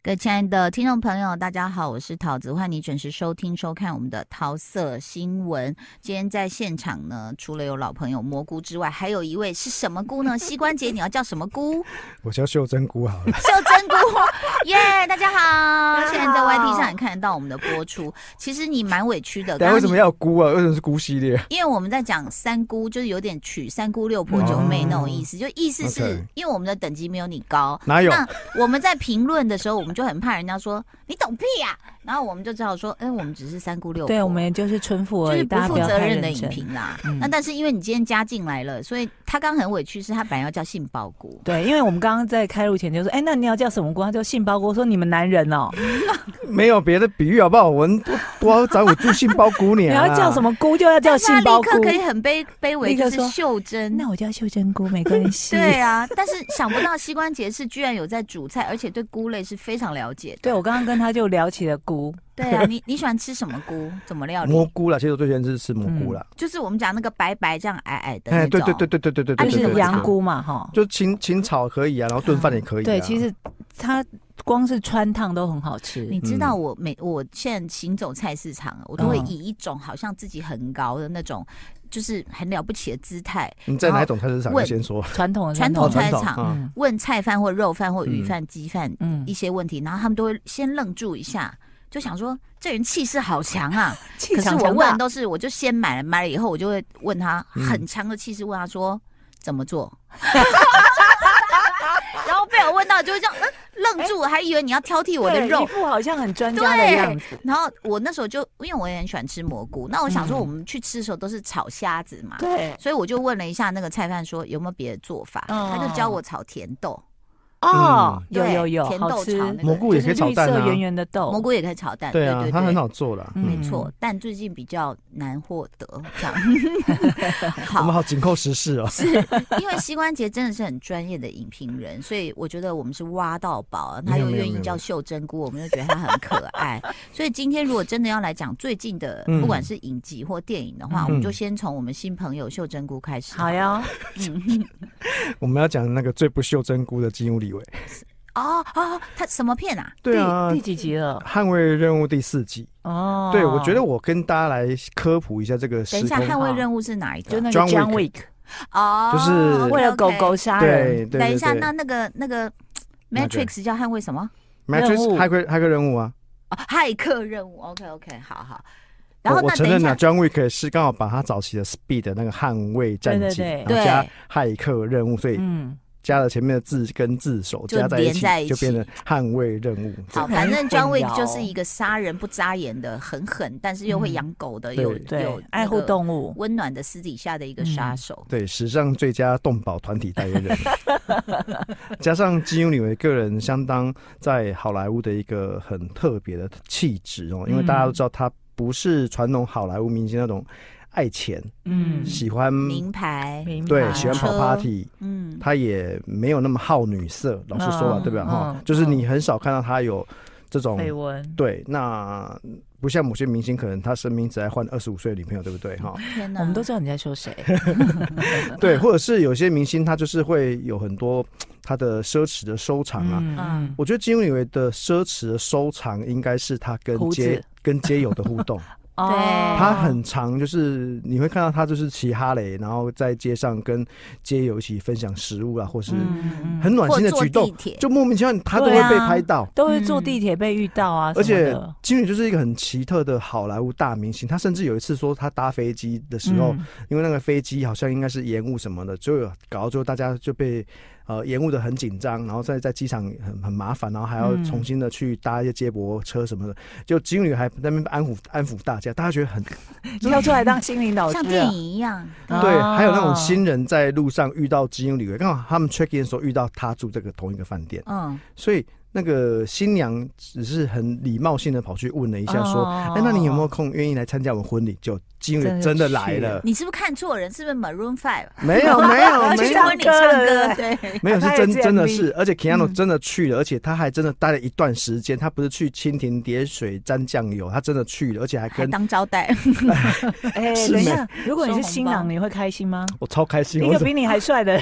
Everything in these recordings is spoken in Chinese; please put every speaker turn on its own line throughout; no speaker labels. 各位亲爱的听众朋友，大家好，我是桃子，欢迎你准时收听收看我们的桃色新闻。今天在现场呢，除了有老朋友蘑菇之外，还有一位是什么菇 呢？膝关节你要叫什么菇？
我叫秀珍菇 好了。
秀珍菇，耶、大家好！
家好
现在在 YT 上也看得到我们的播出。其实你蛮委屈的，
但
刚
为
刚
什
你
么要有菇啊？为什么是菇系列？
因为我们在讲三姑，就是有点取三姑六婆九妹那种意思，就意思是
哦 OK
因为我们的等级没有你高。
哪有？
那我们在评论的时候，我们就很怕人家说你懂屁呀、然后我们就只好说，哎、我们只是三姑六婆，
对，我们就是春妇
就
而已，
是不
大家
负
不要
责
太
任
认
的
真。
影评啦。
嗯
那但是因为你今天加进来了，所以他刚很委屈，是他本来要叫杏鲍菇，
对，因为我们刚刚在开录前就说，哎、那你要叫什么锅？他就杏鲍锅，说你们男人哦、
没有别的比喻好不好？我们多多找我住杏鲍菇
你
娘、啊。
要叫什？么菇就要叫
但是他
杏鲍
立刻
菇。
可以很卑卑微，
立刻
就
说
是秀珍。
那我叫秀珍菇，没关系。
对啊，但是想不到膝关节是居然有在煮菜，而且对菇类是非常了解的。
对，我刚刚跟他就聊起了菇，
对啊，你你喜欢吃什么菇？怎么料理？
蘑菇啦，其实我最喜欢是吃蘑菇啦。
就是我们讲那个白白这样矮矮的那
哎、
种。
对对对对对对对
啊
对
就
你
对
是
怎么
对，
羊
讲
菇嘛，哈。
就清清炒可以啊，然后炖饭也可以、啊
对，其实它光是穿烫都很好吃。
你知道我每我现在行走菜市场，啊我都会以一种好像自己很高的那种，就是很了不起的姿态，
你在哪
然
一种菜市场
问
要先说？
传统的
传
哦
统
传
菜
统
场
啊
嗯
问菜贩或肉贩或鱼贩、鸡贩
嗯
一，些问题，然后他们都会先愣住一下，就想说这人气势好强啊！可
可
是我问都是，我就先买了，买了以后我就会问他
嗯
很强的气势，问他说怎么做。 然后被我问到，就会这样、嗯、愣住，还以为你要挑剔我的
对一
肉。
副好像很专家的
对
样子。
然后我那时候就，因为我也很喜欢吃蘑菇，那我想说
嗯
我们去吃的时候都是炒虾子嘛，
对，
所以我就问了一下那个菜贩说有没有别的做法，
哦
他就教我炒甜豆，
哦，有
对
有有，
甜
好
豆
吃。
炒那
蘑
个
菇也可以炒蛋
就是绿
啊
色圆圆的豆，
蘑菇也可以炒蛋，
对啊，
对
它
对
很好做啦。
嗯
没错，但最近比较难获得，这样
我们
好。
好紧扣时事哦。
因为膝关节真的是很专业的影评人，所以我觉得我们是挖到宝。啊他
没有
又
没有
愿
没
意
有
叫秀珍菇，我们就觉得他很可爱。所以今天如果真的要来讲最近的，
嗯
不管是影集或电影的话，
嗯
我们就先从我们新朋友秀珍菇开始。
好。呀，
我们要讲那个最不秀珍菇的金屋李维，
哦哦，他什么片啊？
对啊
第，第几集了？
捍卫任务第四集。
哦，
对，我觉得我跟大家来科普一下这个时
等
空。
一下，捍卫任务是哪一个？
就那个
John
John
Wick
Wick，
哦，
就是
OK，OK
为了狗狗。杀人，
对对对
等一下，
对
那那个那个
哪个
Matrix 叫捍卫什么？
任
Matrix
务
骇客骇客任务啊，
哦，骇客任务。OK OK，好好。然后
我我
那
承
等一
认啊
下，
，John Wick 是刚好把他早期的 Speed 的那个捍卫战绩，
对对
对
然后加骇客任务，所以
嗯，
加了前面的字跟字首
就
加在一
连在一起
起，就变成捍卫任务。
好，
这个
反
很
正 John
混
Wick
淆
就是一个杀人不眨眼的，很狠，但是又会
嗯
养狗的，
对
有
对
有，
爱护、动物，
温暖的私底下的一个
嗯
杀手。
对，史上最佳动保团体代言人，加上金庸里维个人相当在好莱坞的一个很特别的气质哦，因为大
嗯
家都知道他不是传统好莱坞明星那种爱钱、
嗯，
喜欢
名牌，
明白
对喜欢跑
车
party，
嗯，
他也没有那么好女色，老实说了，
嗯
对吧？哈、
嗯
就是你很少看到他有这种
绯闻，
对，那不像某些明星，可能他生命只爱换二十五岁的女朋友，对不对？哈，
嗯天哪，
我们都知道你在说谁，嗯
对，或者是有些明星他就是会有很多他的奢侈的收藏啊。
嗯
嗯
我觉得金庸以为的奢侈的收藏应该是他跟
胡子
街跟街友的互 动，
哦
他很常就是你会看到他就是骑哈雷，然后在街上跟街友一起分享食物啊，或是
嗯
很暖
或
心的
坐
举动
地，铁，
就莫名其妙他都会
对啊
被拍到。
都会坐地铁被遇到啊，
而
什么
且
的
金宇就是一个很奇特的好莱坞大明星，他甚至有一次说他搭飞机的时候，
嗯
因为那个飞机好像应该是延误什么的，就有搞到最后大家就被呃延误的很紧张，然后在在机场很很麻烦，然后还要
嗯
重新的去搭一些接驳车什么的，就金宇还在那边安抚安抚大家，大家觉得很
跳出来当心灵导师
像
啊，
电影一样。嗯
啊
对，还有那种新人在路上遇到金宇，刚好他们 check in 的时候遇到他住这个同一个饭店，
嗯，
所以那个新娘只是很礼貌性的跑去问了一下说。
哦
哎、那你有没有空愿意来参加我们婚礼？就金
真
宇
的
真的
去
来了，
你是不是看错人？是不是 Maroon Five？
没 有哦没 有没
去
有
唱
婚礼
歌
唱歌，
了
对，
没有是
他
真
也是
真的
MV
是，而且 Keanu
嗯
真的去了，而且他还真的待了一段时间，他不是去蜻蜓点水沾酱油，他真的去了，而且还
还
跟
当招待。
哎，
是
等
没
一下，如果你是
收红
新
包
郎，你会开心吗？
我超开心，
一
我
个
怎么
比你还帅的，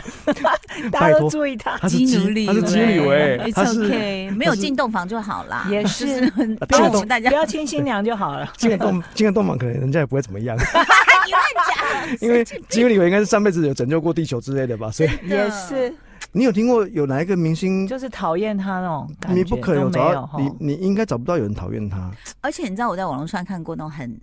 大
拜
家
托
都注意他。
他是基
基努力
他是基
对
里维，他是
OK
对，
没有进洞房就好啦。
也是，
啊
帮
进了
我
洞
们大家
不要亲新娘就好了。
进了洞进了洞房，可能人家也不会怎么样，
哎你乱讲，
因为基努里维应该是上辈子有拯救过地球之类的吧。所以
也是，
你有听过有哪一个明星？
就是讨厌他那种感觉，
你不可能有
都没
找
有呃
到
哈。
你，你应该找不到有人讨厌他。
而且你知道我在网络上看过那种很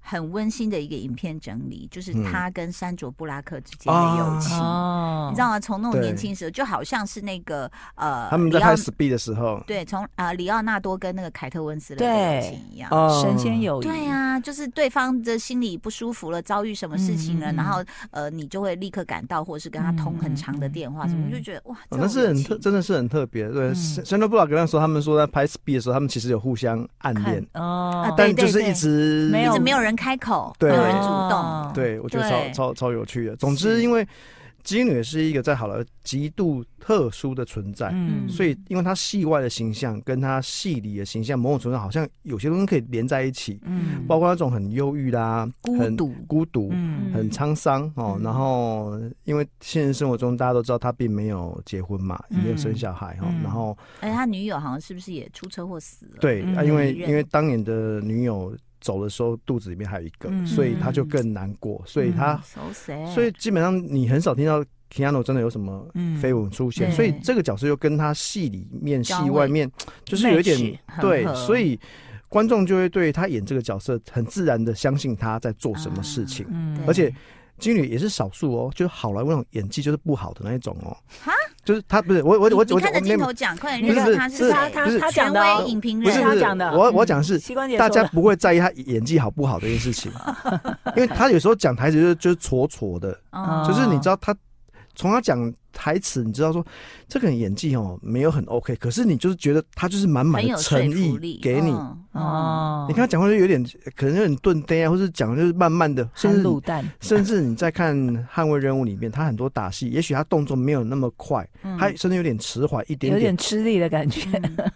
很温馨的一个影片整理，就是
嗯啊
他跟山卓布拉克之间的友情。
哦，
你知道吗？从那种
对
年轻时候，就好像是那个呃，
他们在
里奥
拍《Speed》的时候，
对，从啊、呃里奥纳多跟那个凯特温斯勒的友
对
情一样。
哦
呃神仙友谊，
对啊，就是对方的心里不舒服了，遭遇什么事情了，
嗯嗯嗯
然后呃，你就会立刻赶到，或者是跟他通很长的电话，
嗯嗯
什么
嗯
就觉得哇，
哦
这
那
种
是很
友
特，
情
真的是很特别。对，
嗯
山山多布拉格那时候，他们说在拍《Speed》的时候，他们其实有互相暗恋
看，哦
啊，对
嗯但就是一直
没
一
有
直没有人开口，没
对
有人主动，
哦，
对，我觉得超
对
超超有趣的。总之，
是
因为基女是一个在好莱坞极度特殊的存在，
嗯
所以因为她戏外的形象跟她戏里的形象，某种程度上好像有些东西可以连在一起，
嗯
包括那种很忧郁啦、
孤
很
独，
孤独、
嗯
很沧桑哦。
嗯
然后，因为现实生活中大家都知道她并没有结婚嘛，也没有生小孩哦
嗯。
然后，
而哎且他女友好像是不是也出车祸死了？
对，
嗯
啊因为
嗯
因为当年的女友走的时候，肚子里面还有一个，
嗯
所以她就更难过，所以她
，so sad，
啊所以基本上你很少听到 Keanu 真的有什么
嗯
绯闻出现，
对
所以这个角色又跟他戏里面、戏
交
外
汇
面就是有一点
match，
很
对
合，
所以观众就会对他演这个角色很自然的相信他在做什么事情。
嗯
而且金女也是少数哦，就是好莱坞那种演技就是不好的那一种哦，
哈，
就是他不是我我
你
我
你
我
看着
我
镜头讲，快点
不
认
是
识他是
不是
他
谁，
他
不是
他
权
讲的哦
威影评
不是
人，
不
他
是
讲的
我我讲的是
膝关节
大家
说的
不会在意他演技好不好这件 事情，因为他有时候讲台词就是就是挫挫的，
嗯
就是你知道他从他讲台词，你知道说这个人演技哦没有很 OK，可是你就是觉得他就是满
很
满的
有说
诚
服力
意，给你。
嗯哦，
哦，
你看他讲话就有点可能有点钝呆啊，或是讲就是慢慢的，甚
含
至
卤
你
蛋，
甚至你在看《捍卫任务》里面，他很多打戏，也许他动作没有那么快，
嗯
他甚至有点迟缓一点
有
点
点，吃力的感觉，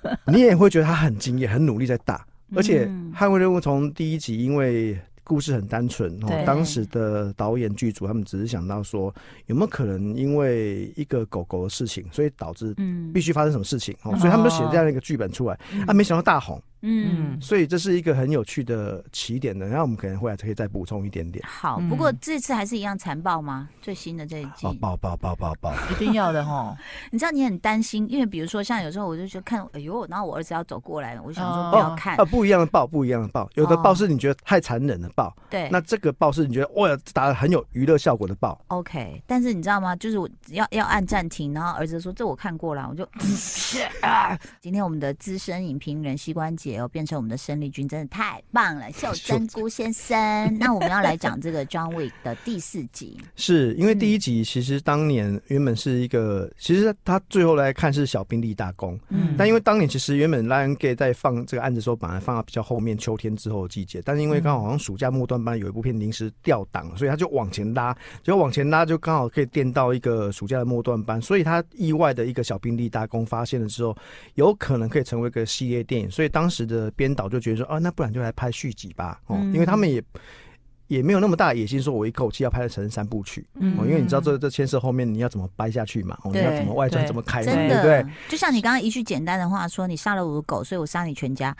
嗯
你也会觉得他很敬业、很努力在打。而且
嗯
《捍卫任务》从第一集，因为故事很单纯哦
对，
当时的导演剧组他们只是想到说，有没有可能因为一个狗狗的事情，所以导致
嗯
必须发生什么事情哦，
嗯
所以他们就写这样的一个剧本出来
嗯
啊，没想到大红，
嗯。
所以这是一个很有趣的起点的。然后我们可能会还可以再补充一点点。
好，
嗯
不过这次还是一样残暴吗？最新的这一季
哦，，爆爆爆爆爆！
一定要的哈。
你知道你很担心，因为比如说像有时候我就觉得看，哎呦，然后我儿子要走过来，我就想说
哦
不要看，
啊，不一样的爆，不一样的爆，有的
哦
爆是你觉得太残忍的爆，
对，
那这个爆是你觉得哇打的很有娱乐效果的爆。
OK，但是你知道吗？就是我要要按暂停，然后儿子说这我看过了，我就 啊今天我们的资深影评人膝关节哦，变成我们的生力军，真的太棒了，秀珍菇先生。那我们要来讲这个 John Wick 的第四集，
是因为
嗯
第一集其实当年原本是一个，其实他最后来看是小兵立大功，
嗯
但因为当年其实原本 Lion Gay 在放这个案子的时候，本来放到比较后面秋天之后的季节，但是因为刚好好像暑假末端班有一部片临时调档了，所以他就往前拉，结果往前拉就刚好可以垫到一个暑假的末段班，所以他意外的一个小兵立大功发现了之后，有可能可以成为一个系列电影，所以当时的编导就觉得说，啊，那不然就来拍续集吧，哦，
嗯
因为他们也。也没有那么大的野心，说我一口气要拍成三部曲、
嗯
哦，因为你知道这这牵涉后面你要怎么掰下去嘛，哦，你要
对
怎么外传
对
怎么开嘛，
真
对不
的，
对？
就像你刚刚一句简单的话说，你杀了我的狗，所以我杀你全家。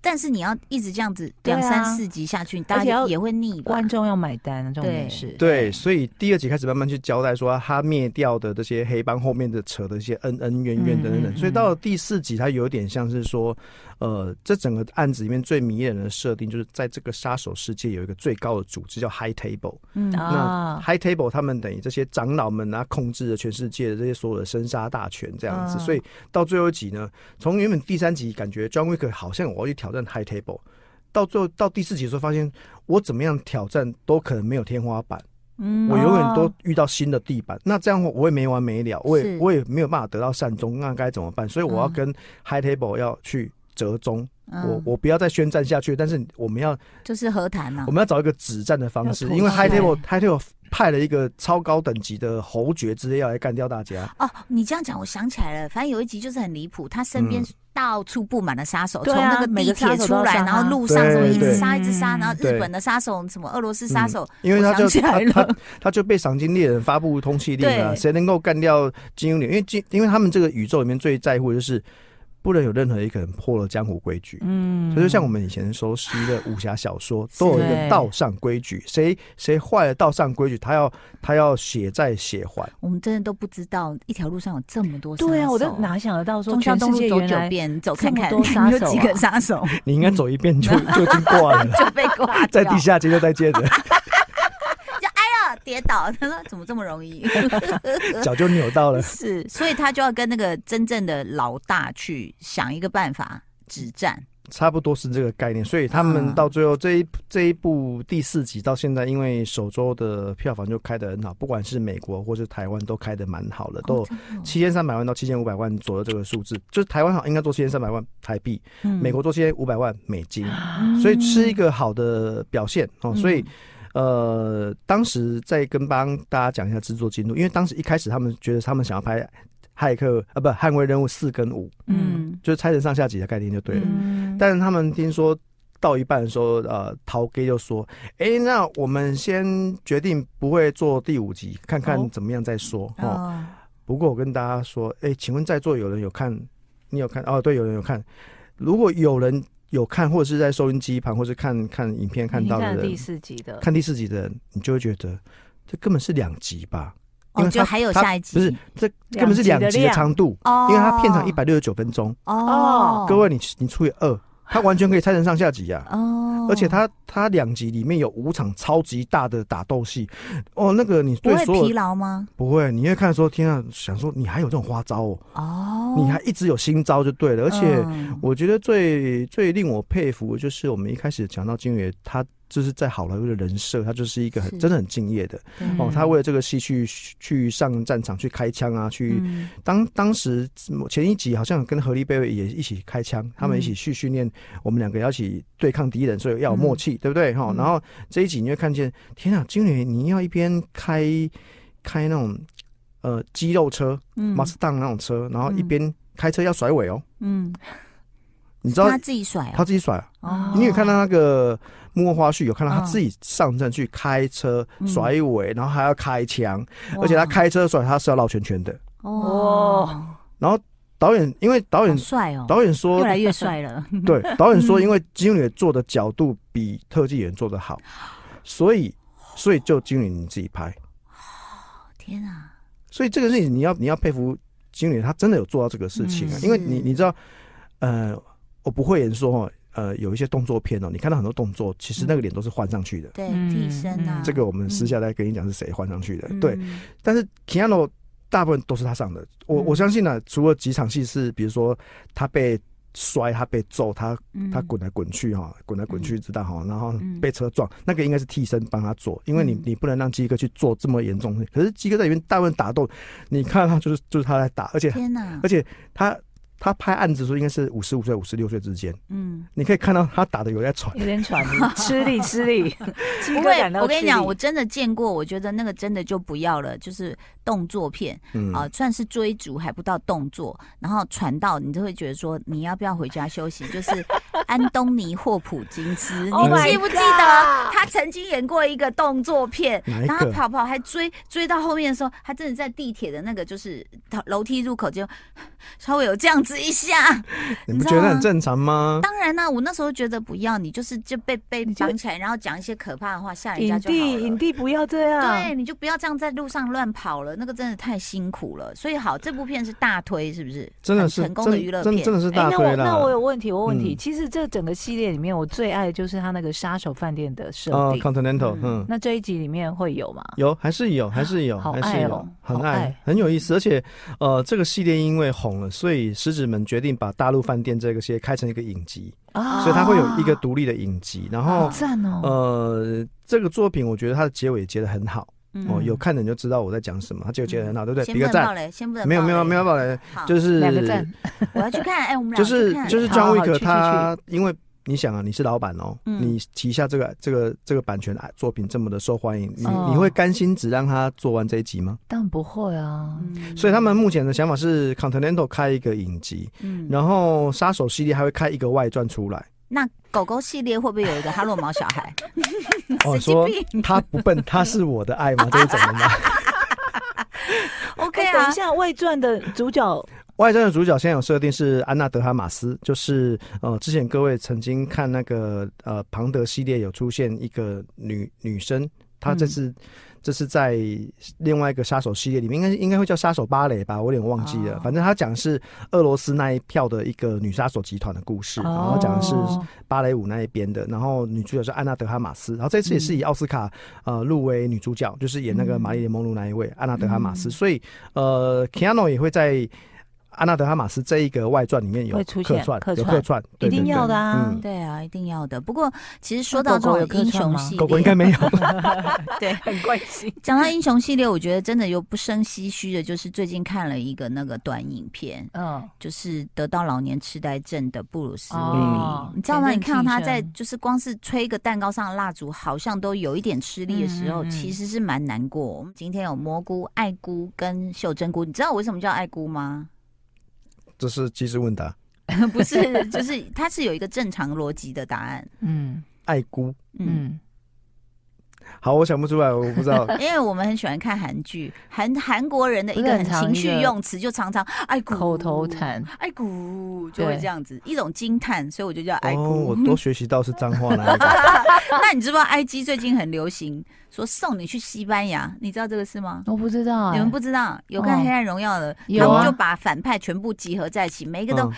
但是你要一直这样子
对啊
两三四集下去，大
而且
家
要
也会腻吧
观？众要买单，重
对
点是，
对，所以第二集开始慢慢去交代说他灭掉的这些黑帮后面的扯的一些恩恩怨怨等等
嗯嗯
等，
嗯
所以到了第四集，他有点像是说，呃，这整个案子里面最迷人的设定就是在这个杀手世界有一个最高的组织叫 High Table，
嗯
那
啊，
High Table 他们等于这些长老们啊，控制着全世界的这些所有的生杀大权这样子，
嗯
所以到最后一集呢，从原本第三集感觉 John Wick 好像我要去挑战 High Table，到最后到第四集的时候发现我怎么样挑战都可能没有天花板。
嗯
我永远都
哦
遇到新的地板，那这样我也没完没了，我也
是
我也没有办法得到善终，那该怎么办？所以我要
嗯
跟 High Table 要去折中，
嗯
我我不要再宣战下去，但是我们要
就是和谈啊嘛
我。们要找一个止战的方式，
要妥
因为 High
嗯协
Table High Table 派了一个超高等级的侯爵之类要来干掉大家，
哦，你这样讲，我想起来了。反正有一集就是很离谱，他身边
嗯
到处布满了杀手，
对
从、
啊
那个
每
地
个
铁
杀手
出
都要
来，
杀
然后
他
路上什么
对
一直
对
杀一直杀，
嗯
然后日
对
本的杀手什么俄罗斯杀手，
因为
我
他
想
就
起
他
来
他
了，
他就被赏金猎人发布通缉令啊，
对
谁能够干掉金庸领？因为金因为他们这个宇宙里面最在乎的就是。不能有任何一个人破了江湖规矩。
嗯，
所以就像我们以前熟悉的武侠小说，都有一
对
个道上规矩，谁谁坏了道上规矩，他要他要血债血还。
我们真的都不知道一条路上有这么多杀手。
对啊，我都哪想得到说
中山
全
东
世
路走
界原
九
来
遍，走
这
看
么
看
多杀
有
手
几个
啊
杀手，
你应该走一遍就就已经挂了
就被挂
在
掉，啊
地下街就再 见了，
跌倒。他说怎么这么容 易？
脚就扭到了。
是，所以他就要跟那个真正的老大去想一个办法止战。
差不多是这个概念，所以他们
嗯
到最后这一这一部第四集到现在，因为首周的票房就开得很好，不管是美国或是台湾都开得蛮好的，都有
哦真的哦
七千三百万到七千五百万左右这个数字，就是台湾好像应该做七千三百万台币，
嗯
美国做七千五百万美金，
嗯
所以是一个好的表现哦。
嗯
所以呃，当时再跟帮大家讲一下制作进度，因为当时一开始他们觉得他们想要拍骇客啊，不捍卫任务四跟五，
嗯，
就是拆成上下集的概念就对了。
嗯
但是他们听说到一半的时候，呃，陶哥就说：“哎、那我们先决定不会做第五集，看看
哦
怎么样再说。哦，
哦，
不过我跟大家说，哎、请问在座有人有看？你有看？哦，对，有人有看。如果有人有看，或者是在收音机旁，或是看看影片看
已经
到的
看了
人，
第四集的，
看第四集的人，你就会觉得这根本是两集吧？因
哦，
为
就
他
还有
他
下一集，
不是这根本是两
两集
集
的
的
量
长度，
哦，
因为它片长一百六十九分钟。
哦，
各位你，你除以二，它完全可以拆成上下集呀、
哦，
而且它它两集里面有五场超级大的打斗戏，哦，那个你
不
对
会
所有
疲劳吗？
不会，你会看说天啊，想说你还有这种花招哦，
哦，
你还一直有新招就对了。而且
嗯
我觉得最最令我佩服的就是我们一开始讲到金宇，他就是在好莱坞的人设，他就是一个
是
很真的很敬业的
对
哦
嗯，
他为了这个戏去去上战场去开枪啊，去
嗯
当当时前一集好像跟何丽贝也一起开
嗯
枪，他们一起去训练，我们两个要一起对抗敌人，所以要有默契，对不对？哈、
嗯
然后这一集你会看见，天啊，经理你要一边开开那种呃肌肉车、
嗯
马斯当那种车，然后一
嗯
边开车要甩尾哦，
嗯，
你知道
他自己甩
他自己甩啊，
哦，
你有看到那个幕后花絮，有看到他
嗯
自己上阵去开车、
嗯
甩尾，然后还要开枪，
哇，
而且他开车甩他是要绕圈圈的。
哦，
导演因为导
好
演
帅哦，
导演说
越来嗯越帅了，
对，导演说，因为金宇做的角度比特技人做的好，所以所以就金宇你自己拍，
天啊，
所以这个事情你要你要佩服金宇，他真的有做到这个事情啊，
嗯
因为
是
你你知道，呃，我不会演说哦，呃，有一些动作片哦，你看到很多动作，其实那个脸都是换上去的。
对，
嗯
替身啊，
嗯
这个我们私下再跟你讲是谁换上去的，
嗯
对。，但是 Keanu 大部分都是他上的，我、
嗯
我相信呢、除了几场戏是，比如说他被摔、他被揍、他
嗯
他滚来滚去哈，滚来滚去，知道哈，然后
嗯
被车撞，那个应该是替身帮他做，因为你
嗯
你不能让鸡哥去做这么严重的事。可是鸡哥在里面大部分打斗，你看到他就是就是他在打，而且
天哪
而，且他他拍案子的时候应该是五十五岁五十六岁之间，
嗯。
你可以看到他打的有在喘。
有点 喘，吃力吃 力，鸡
不
哥
会
感，到
我跟
吃
你讲，
力
我真的见过，我觉得那个真的就不要了，就是动作片
嗯，
啊、算是追逐还不到动作，然后传到你就会觉得说你要不要回家休息？就是 安东尼霍普金斯，你
Oh my
记不记
God
得他曾经演过一个动作片？
哪一
然后他
个？
跑跑还追追到后面的时候，他真的在地铁的那个就是楼梯入口就稍微有这样子一下。
你
你
不
知
觉
道
得很
吗
正常吗？
当然啦、我那时候觉得不要你，就是就被被
你就
绑起来，然后讲一些可怕的话吓人家
影
就好
帝
了
影。帝不要这样
对，，
嗯
你就不要这样在路上乱跑了，那个真的太辛苦了。所以好，这部片是大推，是不是？
真的
很
是
成功的
真
娱乐
真
片
真的是
哎
大，
那我
推
那我
啦。
有问题，我有问题。
嗯
其实这整个系列里面，我最爱的就是他那个杀手饭店的设
哦
定。
，Continental，
嗯
嗯，
那这一集里面会有 吗？
有，还是有，还是有，
好
还是
爱
有，
哦
很
好
爱
爱，
很有意思。而且，呃，这个系列因为红了，所以狮子们决定把大陆饭店这个系列开成一个影集，
啊
所以它会有一个独立的影集。然后
嗯好，赞哦，
呃，这个作品我觉得它的结尾结得很好哦，
嗯，
有看的人就知道我在讲什么，它结尾结得很好，对不对？
先
比
不
个
能爆
赞，
雷，先不能
没有
爆
没有
雷
没有爆雷，
好，
就是
两个赞，
我要去看。哎，我们俩
就是
去看
就是
好
John
好去
Wick
去
他因为。你想啊，你是老板哦，
嗯
你旗下这个这个这个版权啊作品这么的受欢迎，你、
哦
你会甘心只让他做完这一集吗？
但不会啊，
嗯
所以他们目前的想法是 Continental 开一个影集，
嗯，
然后杀手系列还会开一个外传出来。
那狗狗系列会不会有一个哈洛毛小孩？
哦，
神经
说
病
他不 笨，他是我的爱吗？这一种的吗？
，OK
哎等
啊
一。下，外传的主角
外传的主角现在有设定是安娜德哈马斯，就是呃，之前各位曾经看那个呃庞德系列有出现一个女女生，她
嗯
这次、这是在另外一个杀手系列里面，应该是应该会叫杀手芭蕾吧，我有点忘记了。
哦
反正她讲的是俄罗斯那一票的一个女杀手集团的故事，然后讲的是
哦
芭蕾舞那一边的，然后女主角是安娜德哈马斯，然后这次也是以奥斯卡、呃入围女主角，就是演那个
嗯
玛丽莲梦露那一位、安娜德哈马斯，
嗯
所以呃，Keanu 也会在安娜德哈马斯这一个外传里面有
会出现
客串，
客
有
串
客串，对
一定
对对
要的啊
嗯
对啊，一定要的。不过，其实说到
那狗
这
狗有
种
客
英
串
雄
吗
系列，
狗狗应该没有，
对，
很关心。
讲到英雄系列，我觉得真的有不生唏嘘的，就是最近看了一个那个短影片，
嗯，
就是得到老年痴呆症的布鲁斯威利，
哦
你知道吗？
前
你
任
看到他在
替身
就是光是吹一个蛋糕上的蜡烛，好像都有一点吃力的时候，
嗯嗯嗯
其实是蛮难过。我们今天有蘑菇、爱菇跟袖珍菇，你知道我为什么叫爱菇 吗？
这是即时问答，
不是， 就是它是有一个正常逻辑的答案。
嗯
爱姑。
嗯，
嗯，
好，我想不出来，我不知 道哦
因为我们很喜欢看韩剧，韩韩国人的一
不
个
是
很
很常
情绪
一个
用词，就常常爱菇
口头禅，
爱姑就会
对
这样子，一种惊叹，所以我就叫爱
哦，
姑。
我都学习到是脏话那一个，
那你知不知道 IG 最近很流行说送你去西班牙？你知道这个事吗？
我不知道，哎
你们不知道，有看
哦
《黑暗荣耀》的，他
有
们
啊
就把反派全部集合在一起，每一个都
嗯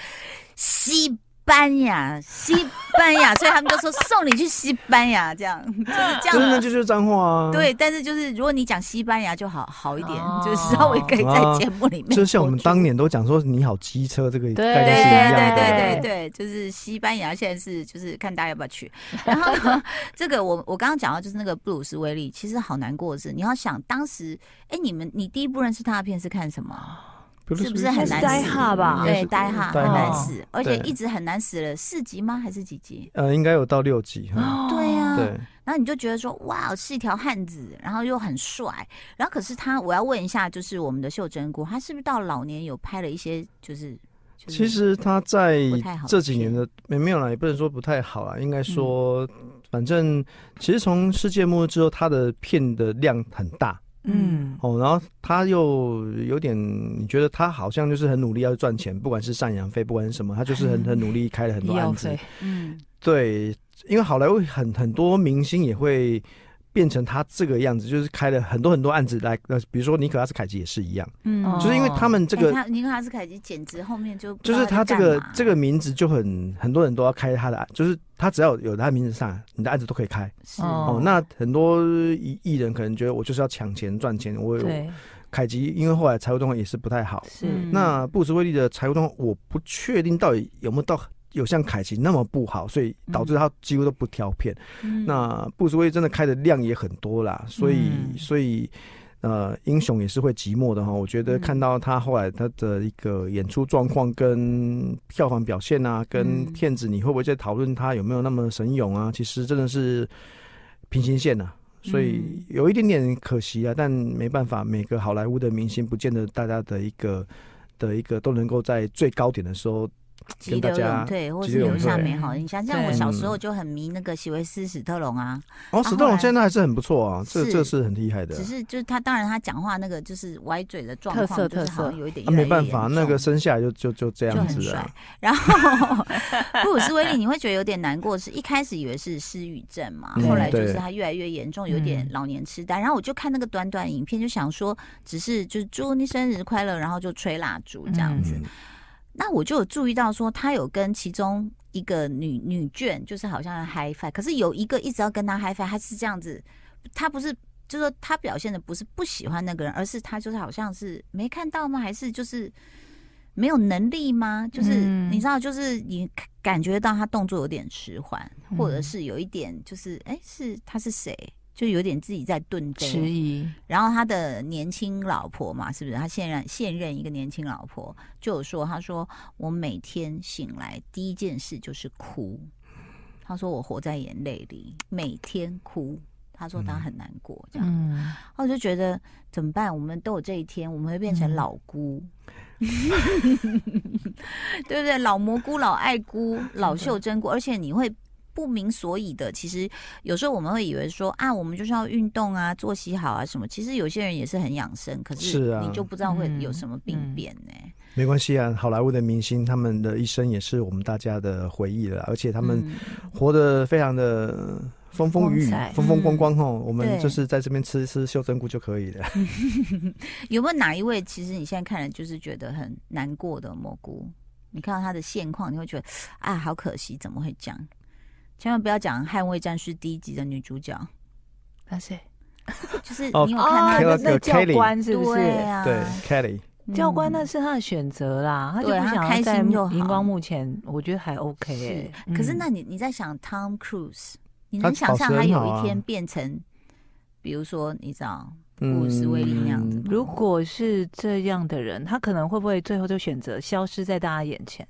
西班牙，西班牙，所以他们就说送你去西班牙，这样就是这
真的
样。
就是脏话啊。，
对，但是就是如果你讲西班牙就好好一点，
哦
就是稍微可以在节目里面播出，
就像我们当年都讲说你好机车这个
对
对
概念是一样的。
对对对对，就是西班牙现在是就是看大家要不要去。然后呢，这个我我刚刚讲到就是那个布鲁斯威利，其实好难过的是，你要想当时，哎，你们你第一部认识他的片是看什么？
不
是不是很难
呆
死
哈吧？
对，呆哈
呆
很
哈哦
难死，而且
对
一直很难死了，四集吗？还是几集？
呃，应该有到六集。嗯
哦
对呀、
啊
对，
然后你就觉得说，哇，哦是一条汉子，然后又很帅，然后可是他，我要问一下，就是我们的袖珍菇，他是不是到老年有拍了一些，就是，就是
其实他在
不太好的嗯
这几年的没没有啦，也不能说不太好啦，应该说，反正其实从世界末日之后，他的片的量很大
嗯，
哦，然后他又有点，你觉得他好像就是很努力要赚钱，不管是赡养费，不管是什么，他就是很很努力开了很
医
多
药
案子
费，，
嗯，
对，因为好莱坞很很多明星也会。变成他这个样子，就是开了很多很多案子来，呃，比如说尼可拉斯凯奇也是一样，
嗯
哦
就是因为他们这个
欸他尼克拉斯凯奇简直后面就不知
就是
道
他
在
这
干
个
嘛
这个名字就很很多人都要开他的案，就是他只要有他名字上，你的案子都可以开。
是
哦
哦，那很多艺艺人可能觉得我就是要抢钱赚钱，我有
对，
凯吉，因为后来财务状况也是不太好。
是
嗯
那布鲁斯威利的财务状况，我不确定到底有没有到有像凯奇那么不好，所以导致他几乎都不挑片。
嗯
那布鲁斯威利真的开的量也很多啦，所以、
嗯
所以呃，英雄也是会寂寞的哈。我觉得
嗯
看到他后来他的一个演出状况、跟票房表现啊，跟
嗯
片子，你会不会在讨论他有没有那么神勇啊？其实真的是平行线呐、啊所以
嗯
有一点点可惜啊，但没办法，每个好莱坞的明星不见得大家的一个的一个都能够在最高点的时候
急
跟大
流
家
勇退，或
急
是
流
留
勇
下
退嗯
美好的印象。像
对
我小时候就很迷那个席维斯史特龙啊，
哦，史特
后来
龙现在还是很不错啊，这
是
这是很厉害的。啊
只是就是他，当然他讲话那个就是歪嘴的状
特
况，
色
就是好
特
像
色
有一点
啊，
越来
没
越
办法，
严
那
重
个生下来就就就这
就
样
很
子啊
帅
了。。
然后 布鲁斯威利你会觉得有点难过，是一开始以为是失语症嘛，
嗯
后来就
对
是他越来越严重，有点
嗯
老年痴呆。然后我就看那个短短影片，就想说只是就是祝你生日快乐，然后就吹蜡烛这样子。
嗯，
那我就有注意到说，他有跟其中一个女女眷，就是好像嗨翻，可是有一个一直要跟他嗨翻，他是这样子，他不是。就是说他表现的不是不喜欢那个人，而是他就是好像是没看到吗？还是就是没有能力吗？就是、
嗯
你知道，就是你感觉到他动作有点迟缓，
嗯
或者是有一点就是哎、是他是谁？就有点自己在顿
迟
呆。
疑，
然后他的年轻老婆嘛，是不是他现任现任一个年轻老婆就有说，他说我每天醒来第一件事就是哭，他说我活在眼泪里，每天哭。他说他很难过，这样，然
嗯，
后我就觉得怎么办？我们都有这一天，我们会变成
嗯
老姑， 对不对？老蘑菇、老爱菇、老袖珍菇，而且你会不明所以的。其实有时候我们会以为说啊，我们就是要运动啊、作息好啊什么。其实有些人也是很养生，可
是啊
你就不知道会
嗯
有什么病变呢、
没关系啊，好莱坞的明星他们的一生也是我们大家的回忆了，而且他们
嗯
活得非常的风风雨
光
雨
彩、
风风光光吼。我们
对
就是在这边吃吃袖珍菇就可以了。
有没有哪一位其实你现在看了就是觉得很难过的蘑菇？你看到他的现况，你会觉得啊，好可惜，怎么会这样？千万不要讲《捍卫战士》第一集的女主角，
那谁？
就是
哦
你有
啊，
看到
那
那
个
那
那教
Kelly
官是不是？
对啊，
对，Kelly，
嗯
教官那是他的选择啦，他就
对
不
他
想
开
要在
心就好
荧光幕前，我觉得还 OK
是
欸。，
可是
嗯
那你你在想 Tom Cruise，你
他
能想象
保持
他
很
有
好
一
啊
天变成，比如说你知道布鲁斯威利那样子吗？
如果是这样的人，他可能会不会最后就选择消失在大家眼前，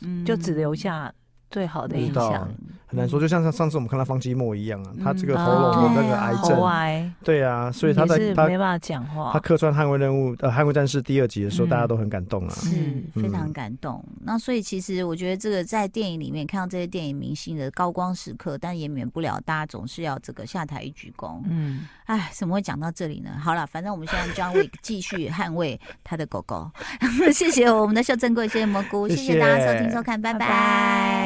嗯
就只留下最好的
不
印
知道
象？
很难说，就像上上次我们看到方积莫一样啊，他这个
嗯
喉咙的那
对
个
啊
癌
嗯
喉
症，
癌，
对啊，所以他
也
在
是
他
没办法讲
他
话。
客串《捍卫任务》呃，《捍卫战士》第二集的时候，
嗯
大家都很感动啊。
是
嗯
非常感动。那所以其实我觉得这个在电影里面看到这些电影明星的高光时刻，但也免不了大家总是要这个下台一鞠躬。
嗯，
哎，怎么会讲到这里呢？好了，反正我们现在 John Wick 继续捍卫 他的狗狗。谢谢我们的秀珍贵，谢谢蘑菇，谢
谢
谢大家收听
谢
收看，拜
拜
拜